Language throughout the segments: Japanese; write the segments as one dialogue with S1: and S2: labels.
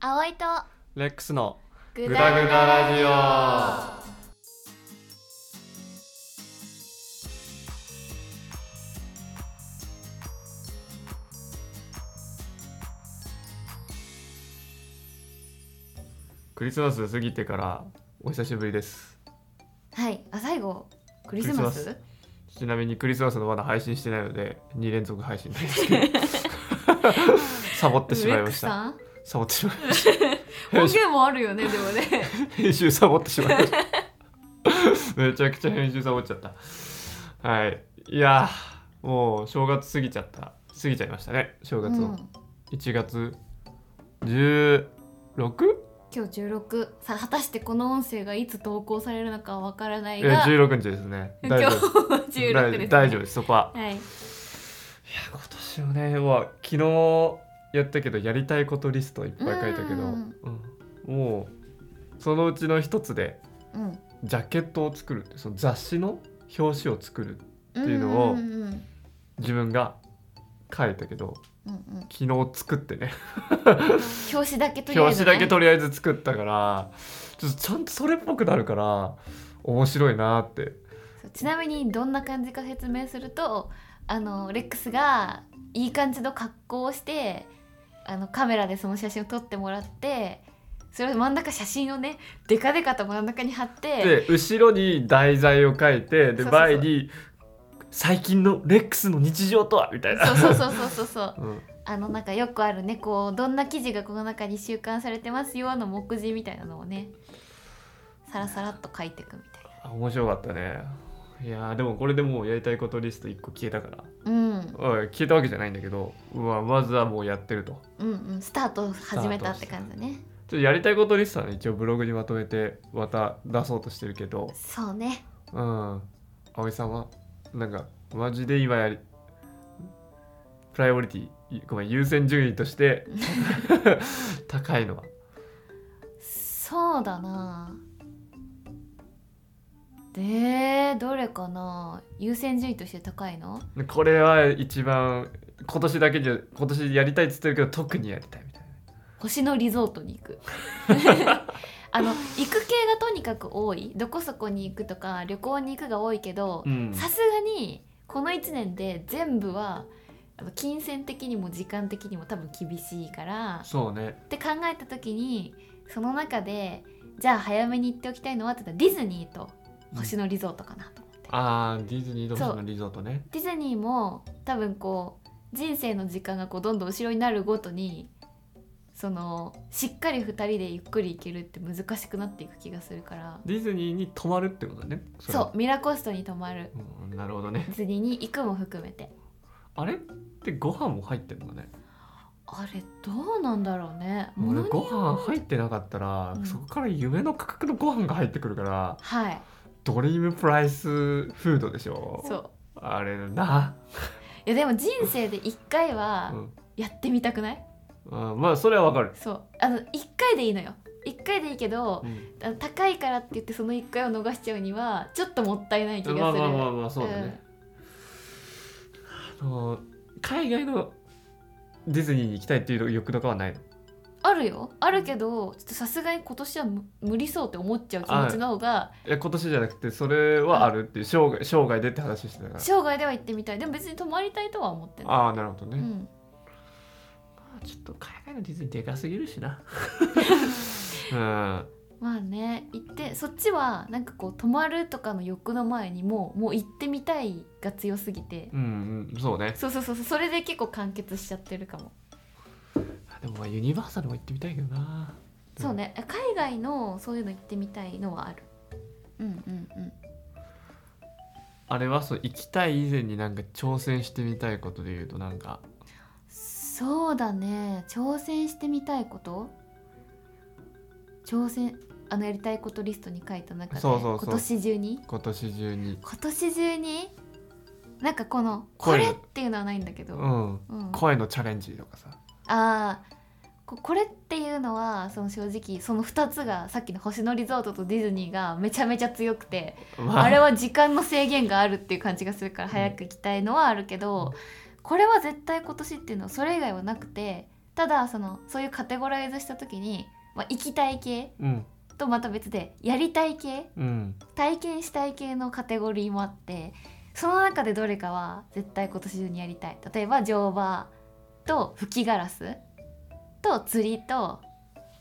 S1: 葵と
S2: レックスの
S1: グ
S2: グダグダラジオクリスマス過ぎてからお久しぶりです
S1: はいあ最後クリスマス
S2: クリスちなみにクリスマスのまだ配信してないので2連続配信なんですけ どサボってしまいました
S1: レック
S2: サボってしまいまし
S1: さん音源もあるよねでも ね
S2: た編集サボってしまいましためちゃくちゃ編集サボっちゃったはいいやーもう正月過ぎちゃった過ぎちゃいましたね正
S1: う
S2: 月を、
S1: ん
S2: 1月 16?
S1: 今日16さあ果たしてこの音声がいつ投稿されるのかわからない
S2: え
S1: が
S2: 16日ですね
S1: 今日
S2: 大丈
S1: は
S2: 夫
S1: 16です、ね、
S2: 大丈夫ですそこは
S1: はい
S2: いや今年もねまあ昨日やったけどやりたいことリストいっぱい書いたけど、
S1: う
S2: うんんもうそのうちの一つで
S1: うん
S2: ジャケットを作るってその雑誌の表紙を作る
S1: て
S2: いうのを
S1: うんうんうん
S2: 自分が書いたけど
S1: うんうん
S2: 昨日作ってね
S1: 表紙だけとりあえ
S2: 表
S1: ず、
S2: 紙
S1: ね、
S2: だけとりあえず作ったからちょっとちゃんとそれっぽくなるから面白いなって
S1: そうちなみにどんな感じか説明するとあのレックスがいい感じの格好をしてあのカメラでその写真を撮ってもらってそれを真ん中写真をねデカデカと真ん中に貼って
S2: で後ろに題材を書いて
S1: そうそう
S2: で
S1: そう
S2: 前に「最近のレックスの日常とは?」みたいな。
S1: そうそうそうそうそうそう
S2: うん
S1: あのなんかよくあるねこうどんな記事がこの中に収監されてますよの目次みたいなのをねさらさらっと書いていくみたい
S2: あ面白かったねいやーでもこれでもうやりたいことリスト1個消えたから
S1: な、うん、
S2: おい消えたわけじゃないんだけどうわまずはもうやってるとち
S1: う
S2: ょ
S1: んうんスタートを始めたって感じだね
S2: っとやりたいことリストはね一応ブログにまとめてまた出そうとしてるけど
S1: そうね
S2: うん葵さんはなんかマジで今やりプライオリティいごめん優先順位として 高いのは
S1: そうだなでどれかな優先順位として高いの
S2: これは一番今年だけじゃ今年やりたいっつってるけど特にやりたいみたいな
S1: 星のリゾートに行 くあの行く系がとにかく多いどこそこに行くとか旅行に行くが多いけど
S2: うん
S1: さすがにこの1年で全部はあの金銭的にも時間的にも多分厳しいから
S2: そうね
S1: って考えた時にその中でじゃあ早めに行っておきたいのはって言ったらディズニーと星のリゾートかなと思って。
S2: あーディズニーと
S1: そう
S2: そのリゾートね
S1: ディズニーも多分こう人生の時間がこうどんどん後ろになるごとにそのしっかり2人でゆっくり行けるって難しくなっていく気がするから
S2: ディズニーに泊まるってことだね
S1: そう
S2: それは
S1: ミラコストに泊まる
S2: うんなるほどね
S1: ディズニーに行くも含めて
S2: あれってご飯も入ってるのかね
S1: あれどうなんだろうね
S2: 俺
S1: 物に
S2: ご飯入ってなかったら、
S1: うん
S2: そこから夢の価格のご飯が入ってくるから
S1: はい
S2: ドリームプライスフードでしょ
S1: そう
S2: あれだな、
S1: いやでも人生で1回
S2: う
S1: は
S2: ん
S1: やってみたくない、
S2: あまあそれはわかる、
S1: そうあの1回でいいのよ1回でいいけど
S2: うん
S1: あの高いからって言ってその1回を逃しちゃうにはちょっともったいない気がする、
S2: まあまあまあまあそうだね、あの海外のディズニーに行きたいっていう欲とかはないの
S1: あるよあるけどちょっとさすがに今年はむ無理そうって思っちゃう気持ちの方が
S2: いや今年じゃなくてそれはあるっていう生涯生涯でって話してたから
S1: 生涯では行ってみたいでも別に泊まりたいとは思ってない、
S2: ああなるほどね、
S1: うん、
S2: ちょっと海外のディズニーでかすぎるし な。うん、
S1: まあね行ってそっちはなんかこう泊まるとかの欲の前にもうもう行ってみたいが強すぎて
S2: うん、うんそうね。
S1: そうそうそうそうそれで結構完結しちゃってるかも、
S2: でもまあユニバーサルも行ってみたいけどな。うん
S1: そうね海外のそういうの行ってみたいのはあるうんうんうん
S2: あれはそう行きたい以前になんか挑戦してみたいことで言うとなんか
S1: そうだね挑戦してみたいこと挑戦あのやりたいことリストに書いた中で
S2: そうそうそう
S1: 今年中に
S2: 今年中に、
S1: 今年中になんかこのこ
S2: 声
S1: れっていうのはないんだけ
S2: う
S1: ど、
S2: ん、
S1: うんあ
S2: 声のチャレンジとかさ。
S1: あーここれっていうのはその正直その2つがさっきの星野リゾートとディズニーがめちゃめちゃ強くて
S2: ま
S1: あれは時間の制限があるっていう感じがするから早く行きたいのはあるけど、これは絶対今年っていうのはそれ以外はなくてただそのそういうカテゴライズした時に、まあ、行きたい系
S2: うん
S1: とまた別でやりたい系
S2: うん
S1: 体験したい系のカテゴリーもあってその中でどれかは絶対今年中にやりたい例えば乗馬と吹きガラスと釣りと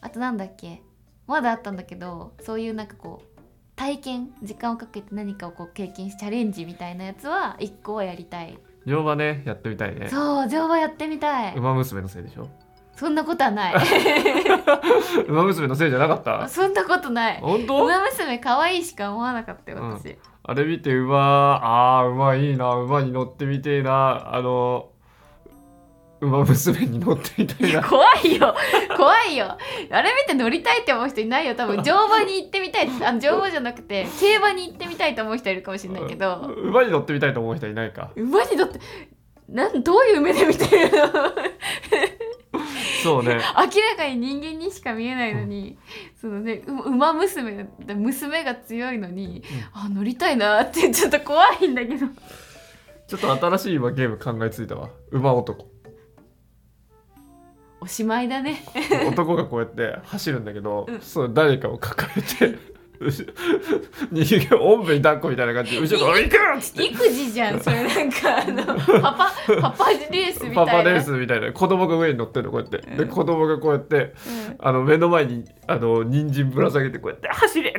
S1: あとなんだっけまだあったんだけどそういうなんかこう体験時間をかけて何かをこう経験しチャレンジみたいなやつは一個はやりたい
S2: 乗馬ねやってみたいね
S1: そう乗馬やってみたい
S2: 馬娘のせいでしょ
S1: そんなことはない
S2: 馬娘のせいじゃなかった
S1: そんなことない
S2: 本当
S1: 馬娘可愛いしか思わなかったよ私、
S2: あれ見て馬あー馬いいな馬に乗ってみてえなあの馬娘に乗ってみた
S1: い
S2: い
S1: や
S2: な
S1: 怖いよ怖いよあれ見て乗りたいって思う人いないよ多分 乗馬に行ってみたいあの乗馬じゃなくて競馬に行ってみたいと思う人いるかもしれないけど
S2: うん馬に乗ってみたいと思う人いないか
S1: 馬に乗ってなんどういう目で見てるの
S2: そうね
S1: 明らかに人間にしか見えないのに、そのねう馬娘だ娘が強いのに、あ乗りたいなってちょっと怖いんだけど
S2: ちょっと新しい今ゲーム考えついたわ馬男
S1: おしまいだね
S2: 男がこうやって走るんだけど、
S1: うん
S2: そう誰かを抱えて後ろ逃げおんぶに抱っこみたいな感じで後ろから「行く!」っつって
S1: 育児じゃんそれなんかあの パパパパレースみたいな
S2: パパレースみたいな子供が上に乗ってるのこうやって、
S1: う
S2: で
S1: ん
S2: 子供がこうやって
S1: うん
S2: あの目の前にあの人参ぶら下げてこうやって走れっ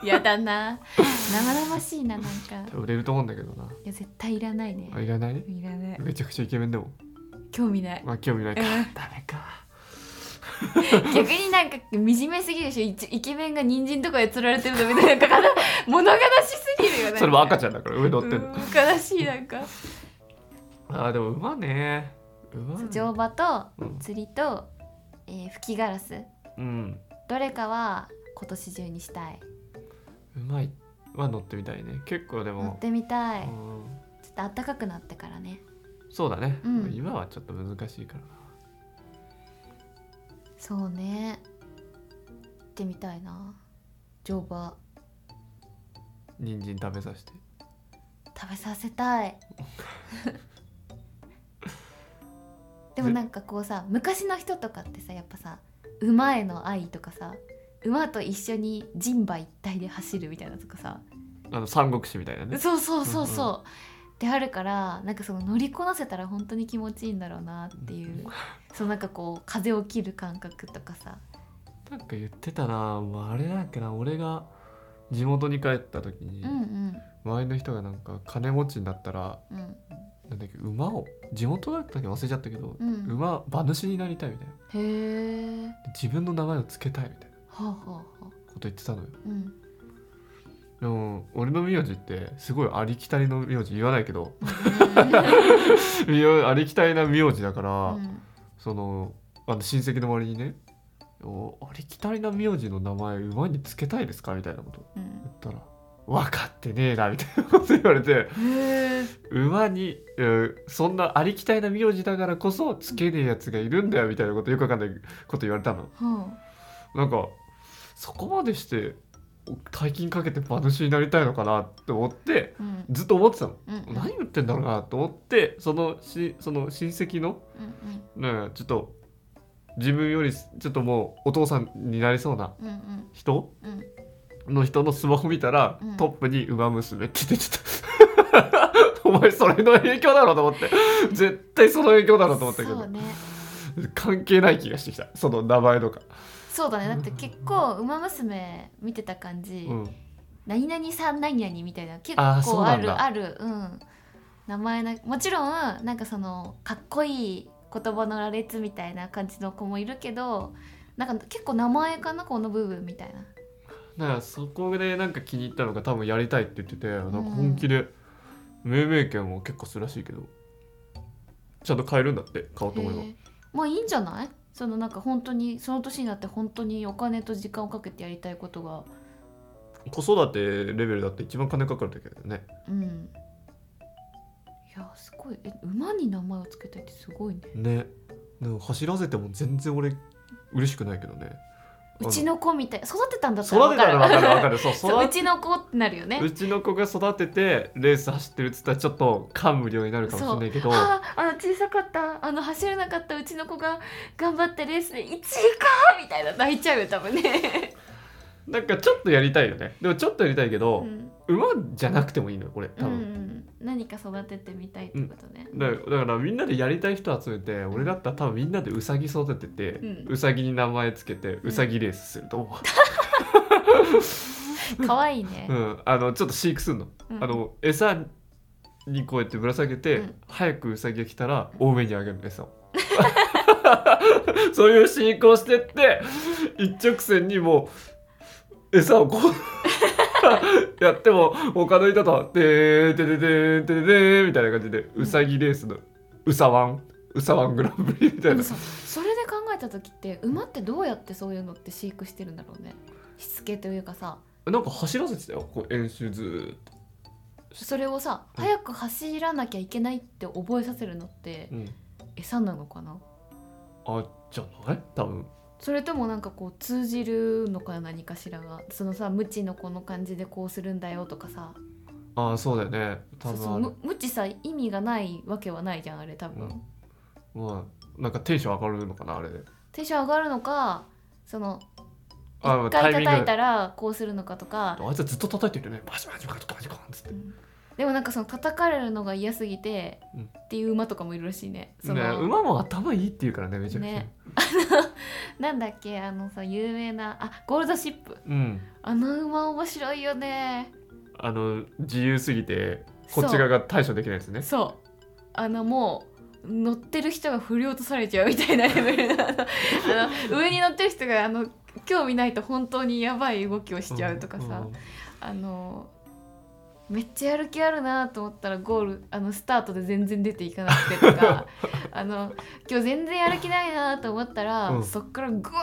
S2: て
S1: やだな生々しいななんか
S2: 売れると思うんだけどない
S1: や絶対いらないね
S2: あいらない
S1: いらない
S2: めちゃくちゃイケメンでも
S1: 興味 ない
S2: まあ興味ないか、
S1: うん
S2: ダメか
S1: 逆になんか惨めすぎるしイチイケメンが人参とかで釣られてるのみたいななんかかな物悲しすぎるよね
S2: それも赤
S1: ち
S2: ちゃんだから上乗ってるの
S1: 悲しいなんか
S2: あーでも馬ね馬ね
S1: 乗馬と
S2: うん
S1: 釣りと、えー吹きガラス
S2: うん
S1: どれかは今年中にしたい
S2: 馬は乗ってみたいね結構で
S1: 乗っ
S2: も
S1: てみたい、
S2: うん
S1: ちょっと暖かくなってからね
S2: そうだね、
S1: うん
S2: 今はちょっと難しいからな
S1: そうね行ってみたいな乗馬
S2: 人参食べさせて
S1: 食べさせた いでもなんかこうさ昔の人とかってさやっぱさ馬への愛とかさ馬と一緒に人馬一体で走るみたいなとかさ
S2: あの三国志みたいなね
S1: そうそうそうそう、ってあるからなんかその乗りこなせたら本当に気持ちいいんだろうなっていうそのなんかこう風を切る感覚とかさ
S2: なんか言ってたなもうあれなんっけな俺が地元に帰った時に、
S1: うんうん
S2: 周りの人がなんか金持ちになったら
S1: うん
S2: なんだっけ馬を地元だったっけ忘れちゃったけど、
S1: うん
S2: 馬馬主になりたいみたいな
S1: へえ
S2: 自分の名前を付けたいみたいな
S1: はあはあはあ
S2: こと言ってたのよ
S1: うん
S2: でも俺の名字ってすごいありきたりの名字言わないけど いやありきたりな名字だから、
S1: うん
S2: そのあの親戚の周りにねおありきたりな名字の名前馬に付けたいですかみたいなこと
S1: うん
S2: 言ったら「分かってねえな」みたいなこと言われて
S1: へえ
S2: 馬に、えーそんなありきたりな名字だからこそ付けねえやつがいるんだよみたいなことよくわかんないこと言われたの
S1: は
S2: なんかそこまでして大金かけて馬主になりたいのかなって思って
S1: あうん
S2: ずっと思ってたの
S1: うんうん
S2: 何言ってんだろうなと思ってそのしその親戚の
S1: うん
S2: ねちょっと自分よりちょっともうお父さんになりそうな
S1: うんうん
S2: 人
S1: うんうん
S2: の人のスマホ見たら、
S1: うん
S2: トップに「馬娘」って出てた お前それの影響だろうと思って絶対その影響だろうと思ったけ
S1: そう
S2: ど、
S1: ね
S2: 関係ない気がしてきたその名前とか、
S1: そうだねだって結構「ウマ娘」見てた感じ「
S2: うん、
S1: 何々さん何々」みたいな結
S2: あーそう
S1: 構
S2: な
S1: あ
S2: ん
S1: る
S2: だ
S1: あるうん名前なもちろんなんかそのかっこいい言葉の羅列みたいな感じの子もいるけどなんか結構名前かなこの部分みたいな
S2: だからそこでなんか気に入ったのが多分やりたいって言っててなんか
S1: うん
S2: 本気で命名権を結構するらしいけどちゃんと変えるんだって買おうと思えば
S1: へえまあいいんじゃないそのなんか本当にその年になって本当にお金と時間をかけてやりたいことが
S2: 子育てレベルだって一番金かかるんだけどね
S1: うんいやすごいえ馬に名前をつけたいってすごいね
S2: ねでも走らせても全然俺嬉しくないけどね
S1: うちの子みたい育てたんだったら
S2: 育てたら分かる分か
S1: る
S2: るそう
S1: そうう
S2: 育て
S1: ちの子ってなるよね
S2: うちの子が育ててレース走ってるっつったらちょっと感無量になるかもしれないけど
S1: ああの小さかったあの走れなかったうちの子が頑張ってレースで1位かみたいな泣いちゃうよ多分ね、
S2: なんかちょっとやりたいよねでもちょっとやりたいけ
S1: う
S2: ど、
S1: ん
S2: 馬じゃなくてもいいのよ俺
S1: うんう
S2: 多分、
S1: ん、何か育ててみたいってことね、
S2: だだからみんなでやりたい人集めて俺だったら多分みんなでウサギ育てて、
S1: うん
S2: ウサギに名前つけてウサギレースすると思
S1: 可愛いね
S2: う、う、ん、あのちょっと飼育するの,、
S1: うん
S2: あの餌にこうやってぶら下げて、
S1: うん
S2: 早くウサギが来たら多めにあげる餌を そういう飼育をしてって一直線にもう餌をこう やっても他の人とは「てーてててーてててー」みたいな感じで
S1: うん
S2: ウサギレースのウサワンウサワングランプリみ
S1: で
S2: たいな
S1: もさそれで考えた時って馬ってどうやってそういうのって飼育してるんだろうねしつけというかさ
S2: なんか走らせてたよこう演習ずーっと、
S1: それをさ
S2: うん
S1: 早く走らなきゃいけないって覚えさせるのって
S2: うん、
S1: 餌なのかな
S2: あじゃない多分
S1: それともなんかこう通じるのかな何かしらがそのさ無知のこの感じでこうするんだよとかさ
S2: あそうだよね
S1: そ
S2: 多
S1: う
S2: 分
S1: そ
S2: あ
S1: う
S2: る
S1: む無知さ意味がないわけはないじゃんあれ多分、
S2: うんまあなんかテンション上がるのかなあれで
S1: テンション上がるのかその
S2: あま
S1: 一回
S2: あタイミング
S1: 叩いたらこうするのかとか、
S2: あいつはずっと叩いてるよねバチバチバチバチバチっつって
S1: う、んでもなんかその叩かれるのが嫌すぎて、
S2: うん
S1: っていう馬とかもいるらしいねそ
S2: ね
S1: の
S2: 馬も頭いいって言うからねめちゃくちゃ、
S1: ね なんだっけあのさ有名なあゴールドシップ
S2: うん
S1: あの馬面白いよね
S2: あの自由すぎてこっち側が対処できないですね
S1: そうあのもう乗ってる人が振り落とされちゃうみたいなレベルのあ のあの上に乗ってる人があの興味ないと本当にやばい動きをしちゃうとかさ、
S2: んん
S1: あのめっちゃやる気あるなと思ったらゴールあのスタートで全然出ていかなくてと かあの今日全然やる気ないなと思ったら、
S2: うん
S1: そっからグワ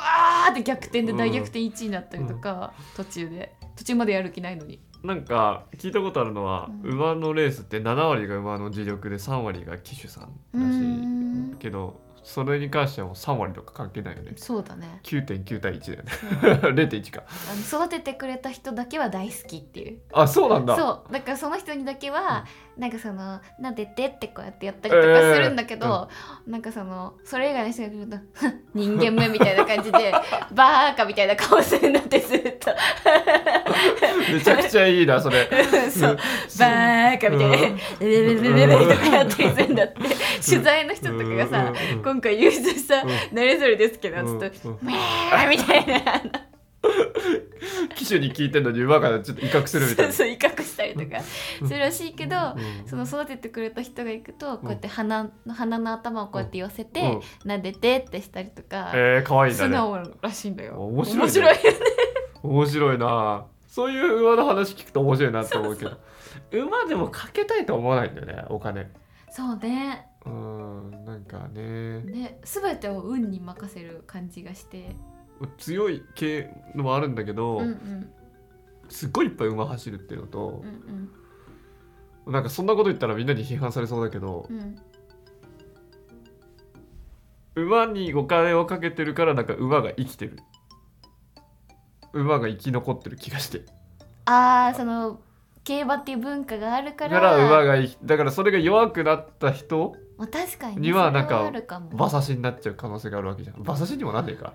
S1: ーって逆転で大逆転1位になったりとか、途中で途中までやる気ないのに。
S2: なんか聞いたことあるのは、
S1: うん
S2: 馬のレースって7割が馬の自力で3割が騎手さんらしいけどそれに関してはもう3割とか関係ないよね
S1: そうだね
S2: 9.9対1だよね 0.1か
S1: あの育ててくれた人だけは大好きっていう
S2: あそうなんだ
S1: そうだからその人にだけは、なんかその「なでて」ってこうやってやったりとかするんだけど、なんかそのそれ以外の人が来るとふん「人間め」みたいな感じで 「バーカ」みたいな顔するんだってずっと
S2: めちゃくちゃいいな それ
S1: そう「バーカ」みたいな
S2: うん
S1: 「レレレレレレ」とかやったりするんだって取材の人とかがさ
S2: うん
S1: 今回優勝した
S2: うん
S1: 誰ぞれですけど
S2: う
S1: ちょ
S2: ん
S1: っと
S2: うん
S1: 「ウェー」みたいな
S2: 騎手に聞いてんのに馬がちょっと威嚇するみたい
S1: そうそ
S2: な
S1: う威嚇したりとかするらしいけど。
S2: うん
S1: その育ててくれた人が行くとこうやって鼻,、鼻の頭をこうやって寄せて、
S2: うん
S1: 撫でてってしたりとか、
S2: えー、可愛いん
S1: 素
S2: だね
S1: 直らしいんだよ
S2: 面白いね
S1: 面白い
S2: 面白いなそういう馬の話聞くと面白いなって思うけど馬でもかけたいとは思わないんだよねお金
S1: そうね
S2: うんなんかね
S1: ね全てを運に任せる感じがして
S2: 強い系のもあるんだけど、
S1: うんうん
S2: すっごいいっぱい馬走るっていうのと、
S1: うんうん
S2: なんかそんなこと言ったらみんなに批判されそうだけど
S1: う、ん
S2: 馬にお金をかけてるからなんか馬が生きてる馬が生き残ってる気がして
S1: あーその競馬っていう文化があるか
S2: だ
S1: ら
S2: から馬が生きだからそれが弱くなった人
S1: まあ、確かに、ね、
S2: にはな
S1: それ
S2: んか
S1: あるかも
S2: 馬刺しになっちゃう可能性があるわけじゃん馬刺しにもなんねえか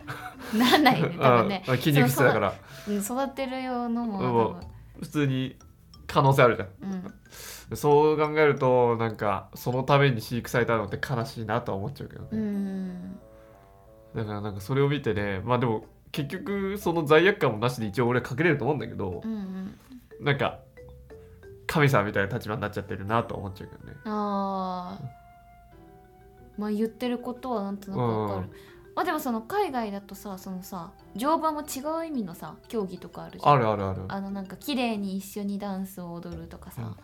S1: なん ないね多分ね
S2: あ筋肉質だから
S1: うん育てる用のも
S2: うん普通に可能性あるじゃ
S1: 多分、うん、
S2: んそう考えるとなんかそのために飼育されたのって悲しいなとは思っちゃうけどね、
S1: うん
S2: だからなんかそれを見てねまあでも結局その罪悪感もなしで一応俺はかけれると思うんだけど、
S1: うんうん
S2: なんか神様みたいな立場になっちゃってるなと思っちゃうけどね。
S1: ああまあ言ってることはなんとなくわかる、
S2: う
S1: まあでもその海外だとさそのさ乗馬も違う意味のさ競技とかあるじゃん
S2: あるあるある。
S1: あのなんか綺麗に一緒にダンスを踊るとかさ、
S2: うん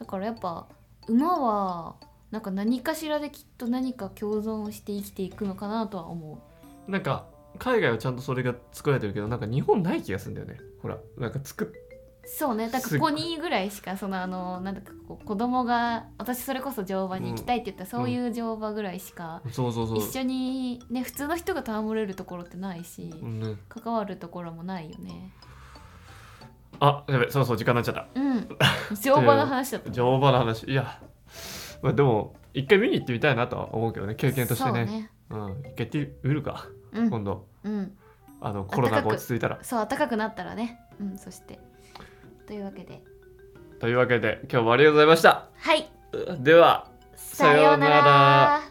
S1: だからやっぱ馬はなんか何かしらできっと何か共存して生きていくのかなとは思
S2: なんか海外はちゃんとそれが作られてるけどなんか日本ない気がするんだよね。ほらなんか作
S1: うそうねだか
S2: すっ
S1: らポニーぐらいしかそのあのなんだかこう子供が私それこそ乗馬に行きたいって言ったら、
S2: うん
S1: そういう乗馬ぐらいしか、
S2: そうそうそう
S1: 一緒にね普通の人が戯れるところってないし、
S2: うんね
S1: 関わるところもないよね
S2: あやべそうそう時間になっちゃった
S1: うん乗馬の話だった
S2: 乗馬の話いや、まあ、でも一回見に行ってみたいなとは思うけどね 経験としてね
S1: そうね
S2: うん、一回行ってみるか、
S1: うん
S2: 今度
S1: うん
S2: あのコロナが落ち着いたら
S1: そう暖かくなったらねうんそしてというわけで
S2: というわけで今日もありがとうございました
S1: はい
S2: では
S1: さような
S2: さようなら
S1: ら